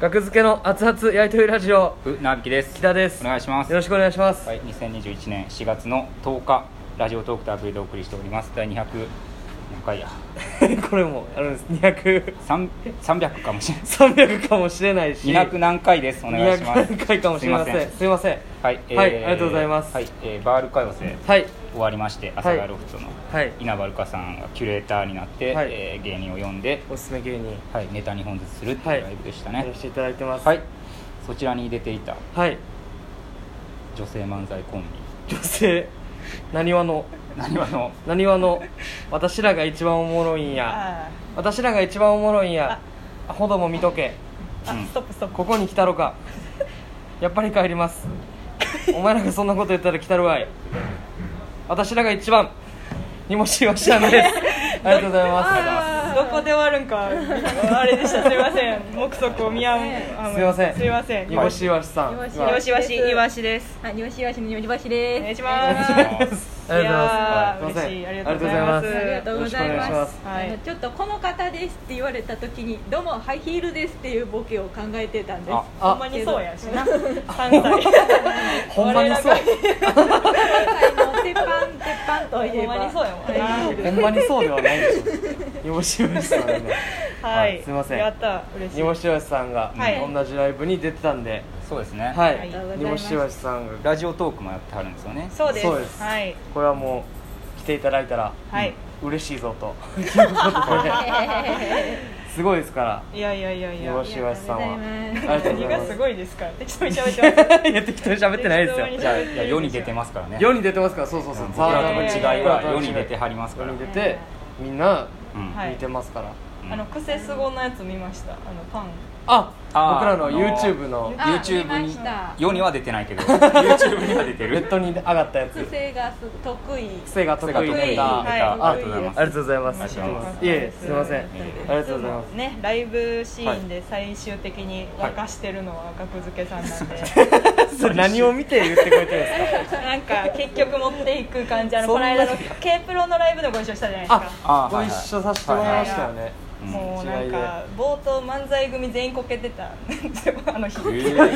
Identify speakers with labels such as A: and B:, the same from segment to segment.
A: 学付けの熱々やりとりラジオ
B: ふなびきです
A: 北です
B: お願いします
A: よろしくお願いします、
B: はい、2021年4月の10日ラジオトークとアプリでお送りしております第200何回や
A: これもあるんです200300
B: 3 300かもしれない
A: かもしれないし
B: 200何回ですお願いします
A: 200回かもしれません
B: すいません
A: すいません
B: はい、
A: はいありがとうございます
B: はい、えーバールカ寄せ
A: はい
B: 終わりまして朝ヶロフトの
A: はい
B: 稲葉ルカさんがキュレーターになって、
A: はい
B: えー芸人を呼んで、
A: おすすめ芸人
B: はい、ネタ2本ずつするって
A: はいいう
B: ライブでした
A: や
B: ね
A: らせていただいてます
B: はい、そちらに出ていた
A: はい
B: 女性漫才コンビ
A: 女性なにわの
B: なにわの
A: なにわの私らが一番おもろいんや
C: あ
A: 私らが一番おもろいんやアホども見とけ
C: ーあ
B: うん
C: ストップストップ
A: ここに来たろ かやっぱり帰りますお前らがそんなこと言ったら来たるわい私らが一番にもしわしゃんです ありがとうございま
C: あーどこで終わるんかあれでしたすいません目測を見合うあの
A: すすいません
C: すいません
A: に
C: よ
A: もしわしさん
D: にもし
C: わ
D: わ
C: しわしいわしです
D: はい、よしよしのよりばしです。
C: お願いし
D: お願い
C: ま
D: し
C: す
D: ます
A: ありがとうございますすい
C: いやー嬉しい
A: ません
C: ありがとうございます
D: ありがとうござ
A: よろしく
D: います
A: お願いし
C: はい
D: あのちょっとこの方ですって言われた時にどうもハイヒールですっていうボケを考えてたんです
B: あ
A: あ
C: ほんまにそうやしな3 歳
A: ますほんまにそう
D: 今回の鉄板鉄板とい
C: ほ
D: え
C: ん
D: ば
C: まにそうやもん
A: ほ
C: な
A: んまにそうではないでしょにもしわしさんはね
C: は
A: はい
C: い
A: すいません
C: やった嬉し
A: に
C: い
A: もしわしさんが
C: はい
A: 同じライブに出てたんで
B: そうですね、
A: は
C: あ
A: い
C: りが
D: とうございます
A: にもしわしさんが
B: ラジオトークもやってはるんですよね
C: そうです
A: そうです
C: はい
A: これはもう来ていただいたら
C: はい
A: 嬉しいぞと いうことですごいです から
C: いやいやいやい
A: に
C: や
A: もしわしさんはあ
D: あ
A: りがとうござい
C: 何が
A: ますす
C: ごいですか適当に喋ってます
A: いや適当に喋ってないですよ
C: 適
B: じゃあいや世に出てますからね
A: 世に出てますからそうそうそう
B: 僕らとの違いは
A: ザー
B: 世に出てはりますか
A: 世
B: ら、
A: に
B: う
A: 出
B: ん
A: てみんな
C: はい
A: 見てますから、
C: あのクセスゴのやつ見ましたあのパン
A: あ
B: あー
A: 僕らの
B: あのー
A: YouTube の
D: あ
B: YouTube
D: 見ま
B: に
D: した
B: 世には出てないけ ど YouTube には出て
A: ネ
B: る
A: ットに上がったやつ
D: 癖がす得意
A: 癖が得意
B: 得
A: ネ
B: 意
A: タ、
C: はい
B: あありがとうございます
A: ありがとうございま
B: お願い
A: す
B: します
A: いえすいませんありがとうございます
C: ねライブシーンで最終的に沸かしてるのは格付けさんなんで、
A: それ何を見て言ってくれてるんですか
C: なんか結局持っていく感じあの
A: そ
C: こ
A: ん
C: の
A: な
C: 間の k プロのライブでご一緒したじゃないですか
B: あ
A: あご一緒させてもらいましたよね、
B: うん
C: もうなん
A: 違い
C: か
A: で
C: 冒頭漫才組全員こけてた あの日
B: え
C: 出て
B: ー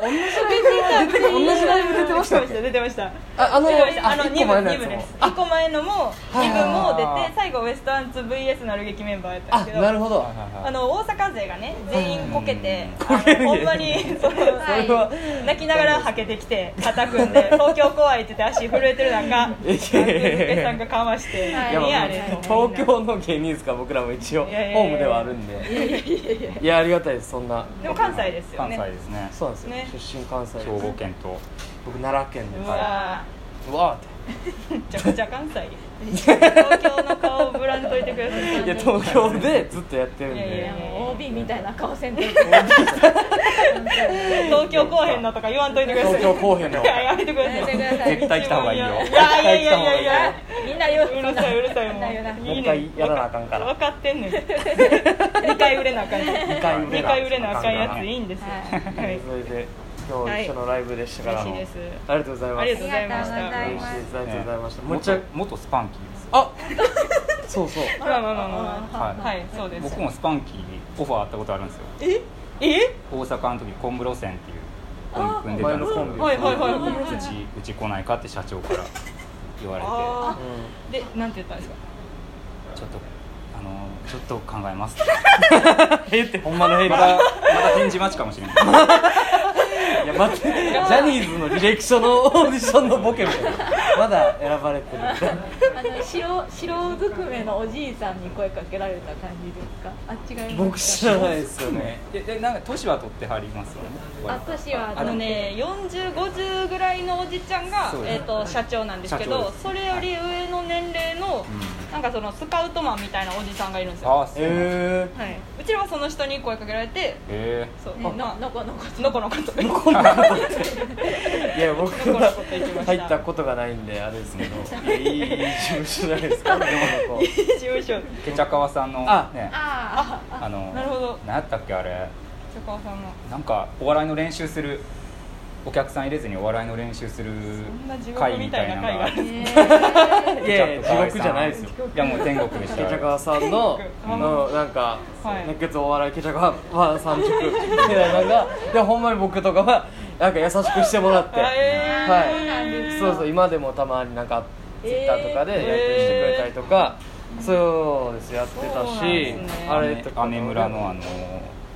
A: 同じライブ出てま
C: ま
A: したっ
C: した
A: け
C: 出てました
A: ああの
C: あの
A: 一
C: 2
A: 個
C: 部
A: 前のや
C: 2部
A: つ
C: で
A: も
C: す1個前のも2部も出
B: あ
C: て最後ウエストアンツ VS なる劇メンバーやったん
A: あ
C: ですけど
A: なるほど
B: はいはいはい
C: あの大阪勢がね全員こけて
B: う
C: あのほんまにそう
A: それは
C: 泣きながらはけてきて肩組んで「東京怖い」って言って足震えてる中
A: いや
C: 学
A: いやい
C: 生
A: や
C: さんがかまして「
D: はい
A: いや
C: 何やあ
A: まあ
C: れ」と
A: 東京の芸人ですから僕らも一応ホ
C: いやいやいや
A: ームではあるんでいやありがたいですそんな
C: でも関西ですよね
B: 関西ですね
A: そうなんですよ、
C: ね
A: 出身関西で
B: 兵庫県と
A: 僕奈良県で
C: う
A: す
C: わ
A: うわ
C: ーめちゃくちゃ関西東京の顔ぶらんといてください
A: ーっていや東京でずっとやってるんで
C: いやいや
D: もう OB みたいな顔せんといて
C: 東京来おへんのとか言わんといてください
A: 東京来おへんの
C: いややめてください
D: やめてください
B: 絶対来た方がいいよ
C: いやいやいやいやいや
D: みんなよ
C: うるさいうるさいも
D: みんなよな
C: ういいねん
A: もう一回やらなあかんから
C: 分かってんねん二回売れなあかんねん
A: 2回売れ
C: 二
A: な
C: 回売れなあかんやついいんですよ
D: は
C: はい
A: それで今日一緒のライブでしたから、
C: 嬉しいです
A: ありがとうございます
C: ありがとうございまし
D: ありがとうござ
C: た
D: い
A: 嬉しいですありがとうございました、もう一
B: 元
A: 回
B: 元スパンキーです
A: あそうそう
C: まあまあまあまあま
B: はい
C: あはいそうです
B: 僕もスパンキーにオファーあったことあるんですよ
C: え
B: 大阪の時コンブロセンっていうコンビ組んでたんですけ
A: あ前のコンビ
B: ど
C: はいはいはいはいは
B: うちうち来ないかって社長から言われて
C: あ
A: う
C: でなんて言ったんですか
B: ちょっとあのちょっと考えますって
A: んえってほんまのヘリ
B: ま
A: だ
B: だまだ返事待ちかもしれない
A: いや待ってジャニーズの履歴書のオーディションのボケみたいなまだ選ばれてるみたいな
D: あの白白ずくめのおじいさんに声かけられた感じですかあ違い
A: 僕
D: ます
A: 知
D: から
A: ないですよね
B: ねえ えなんか年は取ってはりますよね
D: あ年は
C: あのね4050ぐらいのおじちゃんが
B: そう、です
C: えー、と社長なんですけ
B: 社長
C: ど
B: です
C: それより上の年齢の
B: ん
C: なんかそのスカウトマンみたいなおじさんがいるんですよ、
B: あそう
A: え
C: はい、うちらはその人に声かけられて
B: え
C: そう
D: ね
C: な
D: ののこのこと
C: のこのこと
A: ー、残ることっていや僕は
C: 残ること行きまし
A: 入
C: た
A: ったことがないんであれですけどいやいい事務所じゃないですかでもなんか
C: 事務所
B: ーケチャカワさんの
A: あ
B: ね
D: ああ
B: あの
C: なるほど
B: 何やったっけあれ
C: 高尾さんの
B: なんかお笑いの練習するお客さん入れずにお笑いの練習する
C: んな地獄
B: 会
C: み
B: み
C: た
B: た
C: い
B: い
C: な
B: なの
C: 会が
B: が
C: ある
A: いやいや地獄じゃないですよ
B: いやもう天国でし
A: ケチ
B: た
A: ャ
B: よ
A: 川さんの
C: うん
A: のなんか
C: はい
A: 熱血お笑いケチャ川さん塾みたいなのがでほんまに僕とかはなんか優しくしてもらって
C: えーそうなん
A: は
C: で
A: い
C: す
A: そうそう今でもたまになんか
D: え
A: ツ
D: ー
A: イッターとかでやり取りしてくれたりとかそうですやってた
C: そうなん
A: し
C: ですね
A: あれとか
B: 雨雨村のあの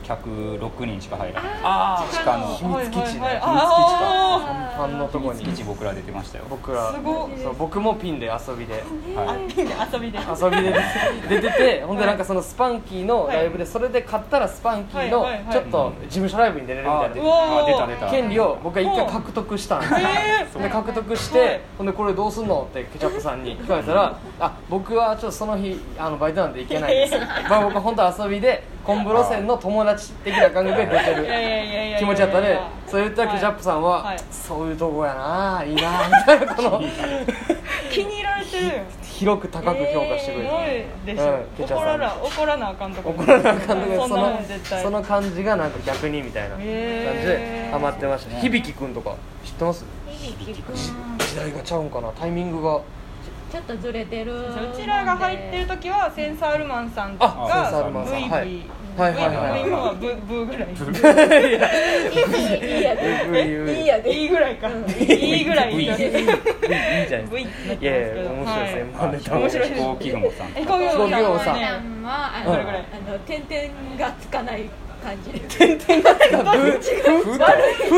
B: 客6人しか入らない
A: あ
B: 地下の
A: 秘密基地ね
C: はい
A: ー
C: はいはいあ
A: ファンのとこに
B: 秘密基地僕ら出てましたよ
A: 僕ら
C: すごい
A: そう僕もピンで遊びで
C: ーあ
B: はい
C: 遊びで
A: 遊びで出ててほんでなんかそのスパンキーのライブでそれで買ったらスパンキーの
C: はいはいはい
A: ちょっと事務所ライブに出れるみたい
B: あ
A: な
B: 出
C: うわ
B: たあ出た出た
A: 権利を僕が一回獲得したんですよ
C: えー
A: で獲得し
C: はい
A: てほんでこれどうすんのってケチャップさんに聞かれたら「あ僕はちょっとその日あのバイトなんで行けないです」まあ僕は本当遊びでコンブ路線の友達的な感覚で出て
C: いやいやいやいやい
A: る
C: や
A: 気持ちやったでそれ言ったらケチャップさんは
C: はい
A: 「そういうとこやないいな」みたいなこ の
C: 気に入られてる
A: 広く高く評価してく
C: す
A: れ
C: ご
A: て。
C: いでし
A: うんケ
C: ょ
A: チャ
C: 怒
A: さ
C: ら
A: ん
C: な怒らなあかんとこ
A: 怒らなあかんの
C: そ
A: が
C: ん
A: そ
C: なも
A: の
C: ん絶対
A: その感じがなんか逆にみたいな感じで
C: へー
A: ハマってました、
B: そうですね
A: 響くんとか知ってます
D: 響くん
A: 時代がちゃうんかなタイミングが
D: ちょっとずれてる
C: うちらが入ってる時はセンサールマンさんが
A: あ
B: センサールマン
A: さん
C: ブイ
A: はい
C: ブイ
A: はいはい
C: ブイ
A: はい
C: 今はブブーぐらい
D: いいやで
A: ブイブイ
D: いいやで
C: いいぐらいかいいぐらい
B: ブイ
A: いいいいいい
C: いい
A: じゃない
C: ブイ
A: で
C: っ
A: すかい
C: て
A: やいや
C: な
A: 面
C: って
A: 白い専門ネ
C: ますけど
A: タ
C: 面白いです
B: 飛行機雲さん
C: えこういう
A: そう
C: お客
A: 業
C: さ
A: さ
C: んはね
D: さんはあ
A: うん
D: の
A: それぐらい
D: あの点々がつかない感じです
A: ふふ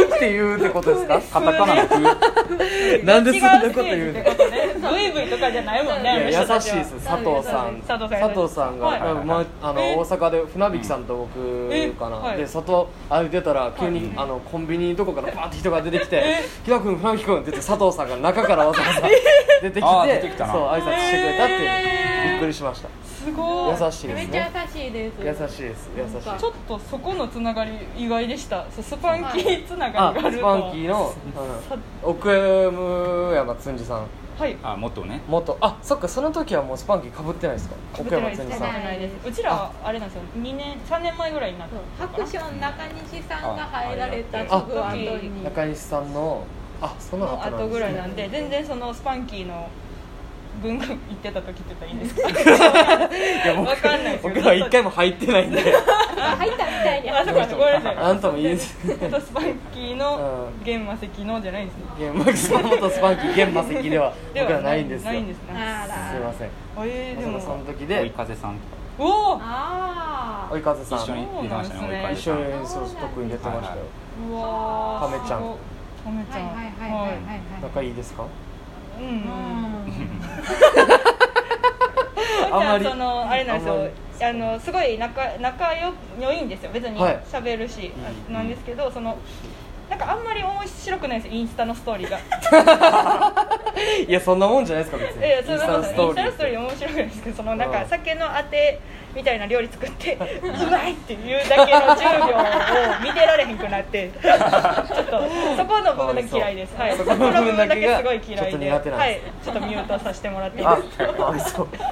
A: ふって言うってことですか
B: カタカナの風
A: なんで
C: 違
A: そ
C: う
A: な
C: ん
A: こと言う
C: ステージ
A: の
C: ってことねブイブイとかじゃないもん
A: い
C: ね
A: や優
C: あの人た
A: し
C: ち
A: い
C: は
A: です佐藤さん
C: 佐藤さん
A: 佐藤さんが、
C: はい
A: うんまあの
C: え
A: 大阪で船引きさんと僕かな、
C: うんえはい
A: で佐藤歩いてたら急に、
B: はい
A: あのコンビニのとこからバーって人が出てきて
C: え
A: 「木田君船引き君」って言って佐藤さんが中からわざわざ出てきて
B: あー出てきたな
A: そう挨拶してくれたっていう、
C: えー
A: びっくりしました
C: すごい
A: 優しいで
D: め
A: す
D: っちゃ
A: ね
D: 優しいです
A: 優しいです優しい
C: ちょっとそこのつながり意外でしたそうスパンキーつなが
A: あ
C: りがある
A: ス
C: と
A: パンキーの、うん、奥山つんじさん
C: はい
B: あ元ね
A: 元あそっかその時はもうスパンキーかぶってないですか
C: 被っ
A: 奥
C: てな
A: 山
C: い
A: つん
C: で
A: じ
C: す
A: さ
D: 被
A: ん
D: ってな
C: うちらあれなんですよ2年3年前ぐらいになった
D: そう白書の中西さんが入られたすぐ後に
A: 中西さんのあその
C: の
A: 後なんですね
C: 後ぐらいなんで全然そのスパンキーの文具行ってた時って言ったらいいんですか
A: いや僕
C: わかんないですよ
A: 僕ら一回も入ってないんで
D: あ入ったみたいに
C: あそうかごめんなさい
A: あんたもいいです
C: えっとスパンキーの玄魔石のじゃないんですね
A: 現マックスの元スパンキー現魔石では
C: で
A: 僕
C: は
A: らないんですよ
C: ないんですね
D: あら
A: すいません
C: えー、で
A: まさかその
C: も
A: 時
B: 追い
A: で
B: 風さんとか
C: おお
D: あ
A: 追い風さん
B: 一緒に出てましたね追い風さん
A: 一緒にそう特に出てました
B: はい
A: よ
B: は
C: うわー
A: 亀ちゃん
C: すごい亀
D: あ
C: ちゃん
D: はいはいはいはいはい
A: 仲いいですか
C: いうん、
A: あんまり
C: 亀ちゃんそのあれなんです
A: あんま
C: よ
A: り
C: あのすごい仲仲よ良いんですよ別に
A: はい
C: 喋るし、あなんですけどそのなんかあんまり面白くないんですよインスタのストーリ ーが
A: いやそんなもんじゃないですか別に
C: ええそ
A: イ
C: う
A: ンス
C: そう
A: タのストーリー
C: そうインスタのストーリー面白くないんですけどそのなん
A: う
C: か
A: ん
C: 酒のあてみたいな料理作って うまいっていうだけの10秒を見てられへんくなってち ょっとそこの部分だけ嫌いですはい
A: そ
C: そうこの部分だけすごい
A: ちょ
C: 嫌
A: っと苦手
C: いで
A: なんです
C: はいちょっとミュートさせてもらっていい
A: あ
C: ですか
A: かわい そうぶつ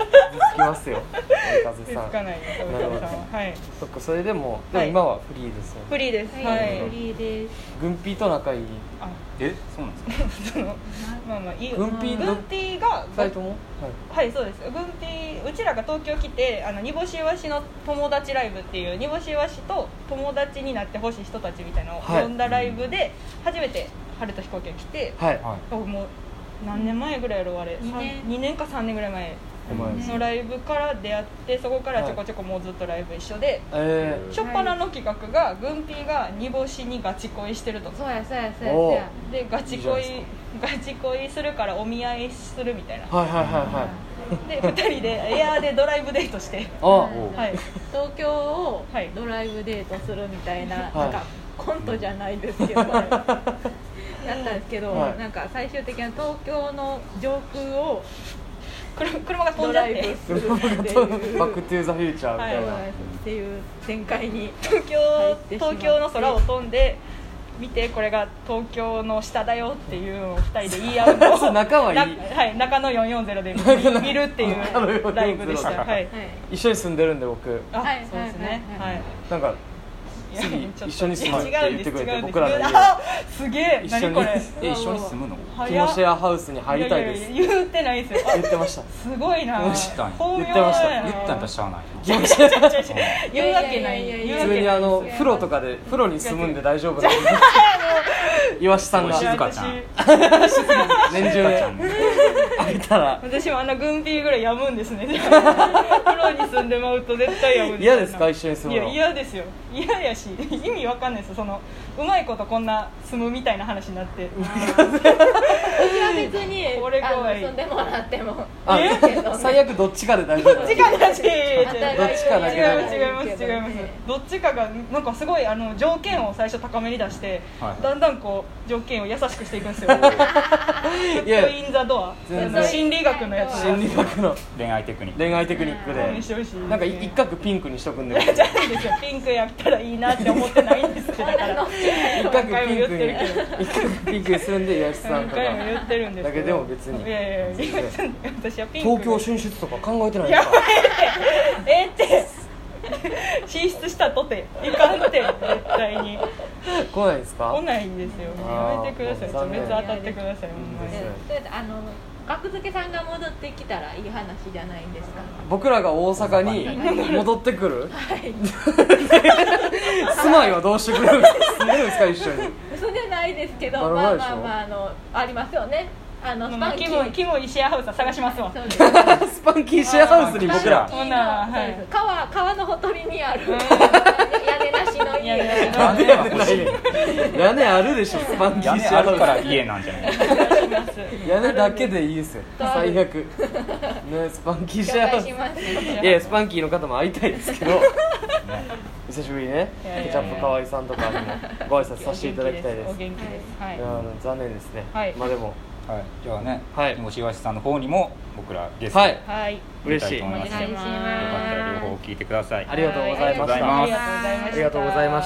A: きますよ追い風
C: 気
A: さ
C: づか
A: ん
C: ないですお客さんははい
A: そっかそれでもでも
C: はい
A: 今はフリーですよね
C: フリーです
D: は
C: はいい
D: フリーです
A: 軍ピーと仲いい
C: あ
B: えそうなんですか
C: そのまあまあいい
A: 軍ピー
C: 軍ピーが
A: 二人ともはい
C: はいそうです軍艇うちらが東京来てあの煮干しわしの友達ライブっていう煮干しわしと友達になってほしい人たちみたいなのを
A: はい
C: 呼んだライブで初めて春と飛行機が来て、
A: はい
B: は
C: もう何年前ぐらいやろあれ
D: 二年
C: 2年か3年ぐらい前
A: お前です
C: のライブから出会ってそこからちょこちょこもうずっとライブ一緒で。
A: え
C: 初っ端の企画が軍艇が煮干しにガチ恋してると
D: そうやそうやそうや
A: お
D: そううや
C: でガチ
A: いいじゃな
C: 恋
A: いで
C: ガチ恋するからお見合いするみたいな
A: ー、はいはいはいはい
C: で2人でエアーでドライブデート して
A: あ
B: おう
C: はい
D: 東京を
C: はい
D: ドライブデートするみたいな,、
A: はい
D: なんかコントじゃないですけど、やったんですけど、
A: はい
D: なんか最終的には東京の上空を
C: 車車が飛
D: ド
C: んじゃ
D: ラ
C: っ
D: イ
C: て
D: ブ す
A: バ
D: るっていう
A: ック・トゥ・ザ・フューチャーみたいな、
C: は
D: っていう展開に
C: 東京
D: 入ってしまっ
C: 東
D: て
C: 京の空を飛んで見てこれが東京の下だよっていうのを2人で言い合うの を
A: そう仲はいい
C: なはい中野440で見見るってい
A: 中野440
C: うライブでしたはい
A: 一緒に住んでるんで僕
C: あ
D: はい
C: そうですね
D: は
C: はいい
A: なんか次
C: ちょっと
A: 一緒に住むって言ってくれて
C: 違うんです
A: 僕らの
C: 違うん
A: 家
C: ですあすげえ
A: 一緒
C: 何
A: に
C: これ
B: え一緒に住むの
C: 早っ
A: キモシェアハウスに入りたいです
C: ややや言ってないですよあ
A: 言ってました
C: すごいな
B: 言ったんや
C: 巧妙
A: 言ってました
B: 言
C: やな
B: ったんやったらしゃあないな
C: 違う違う違う言うわけない
D: いやいや
C: 言う
D: いやい
C: わ
D: や
A: 普
C: け
A: 通に
C: ない
A: あの風呂とかで風呂に住むんで大丈夫なの岩下さんが
B: 静かちゃん
C: 私
A: 年中
B: 赤ち
A: で
B: ゃんね
A: あげたら
C: 私もあの軍艇ぐらいやむんです ねプロに住んでまうと絶対やむんよ
A: 嫌ですか一緒に住むの
C: いや嫌ですよ嫌やし意味わかんないですよそのうまいことこんな住むみたいな話になって
D: 私は別に
C: これ怖い
D: あの遊んでもらっても
A: あ
C: え
A: 最悪どっちかで大丈夫
C: どっちかだし違う
D: お互い
A: どっちかだけ
C: 違
A: だ
C: う違います違いますどっちかがなんかすごいあの条件を最初高めに出して、
B: はい
C: だんだんこう条件を優しくしていくんですよフッ
A: いや
C: トインザドア
A: 全
D: 然
C: 心理学のやつ
A: 心理学の
B: 恋愛テクニック
A: 恋愛テクニック
C: うんしてほしい
A: でなんか一角ピンクにしとくんで
C: じゃないんですよピンクやったらいいなって思ってないんで すけどだから
A: 一
C: 何
A: 角
C: 回も
A: ピン
C: 言っ
A: ク
C: て
A: に
C: るけど
A: 一角ピンクにするんで岩下さん
C: 何
A: と
C: 回も言
A: か
C: ってるんです
A: だけど別に
C: いやいやいや別に私はピンク
A: 東京進出とか考えてないですか
C: えーって進出したとていかんって絶対に
A: 来ないです
C: 来
A: か
C: ないんですよやめてください
A: あー
C: ちょっと別当たってくださいほ
A: い
C: んまに
A: いですね
D: えあの格付けさんが戻ってきたらいい話じゃないんですか
A: 僕らが大阪に 戻ってくる
D: はい
A: 住まいはどうしてくれるんです住んでるんですか一緒に
D: 嘘じゃないですけど
A: バラ
D: ま
A: バ
D: あ
A: ラでし
D: ま
A: ょ
D: あまああのありますよねあ
C: ま
D: の
C: あ
D: ス
C: ま
D: パ
C: あ
D: ンキ
C: キ
D: ー
C: モキモイシェアハウスは探しますわ
D: そうですスパン
A: スパンキーシェアハウスに僕ら
D: キー
C: ほな
D: の
C: はい
D: そうです川川のほとりにある
C: ん
D: 屋根なしの
C: 屋根
D: 家
C: なし
A: 屋
C: の
A: 根はないね屋根あるでしょスパンキ
B: 屋
A: ー
B: 根
A: シェ
B: あ
A: ア
B: るか
A: ハ
B: ら
A: ウス
B: 家なんじゃない
C: 探します
A: 屋根だけでいいですよ最 悪ねスパンキーシ
D: 紹
A: ェアハウ
D: 介
A: ス
D: し
A: い
D: ます
A: やいやスパンキーの方も会いたいですけど
B: ね
A: 久しぶりにね
C: いやいや
A: ケ
C: いや
A: チャップ河合さんとかにもご挨拶させていただきたいです
C: お元気ですはい
A: いや残念ですね、
C: はい
A: まあでも
B: はいじゃあね
A: はい
B: もしわしさんの方にも僕らゲスト
A: はい
C: はい
A: 嬉しい
B: お願いします
C: お願いします
B: よかったら両方聞聞いてください
A: ありがとうございました
B: ありがとうございます
A: ありがとうございました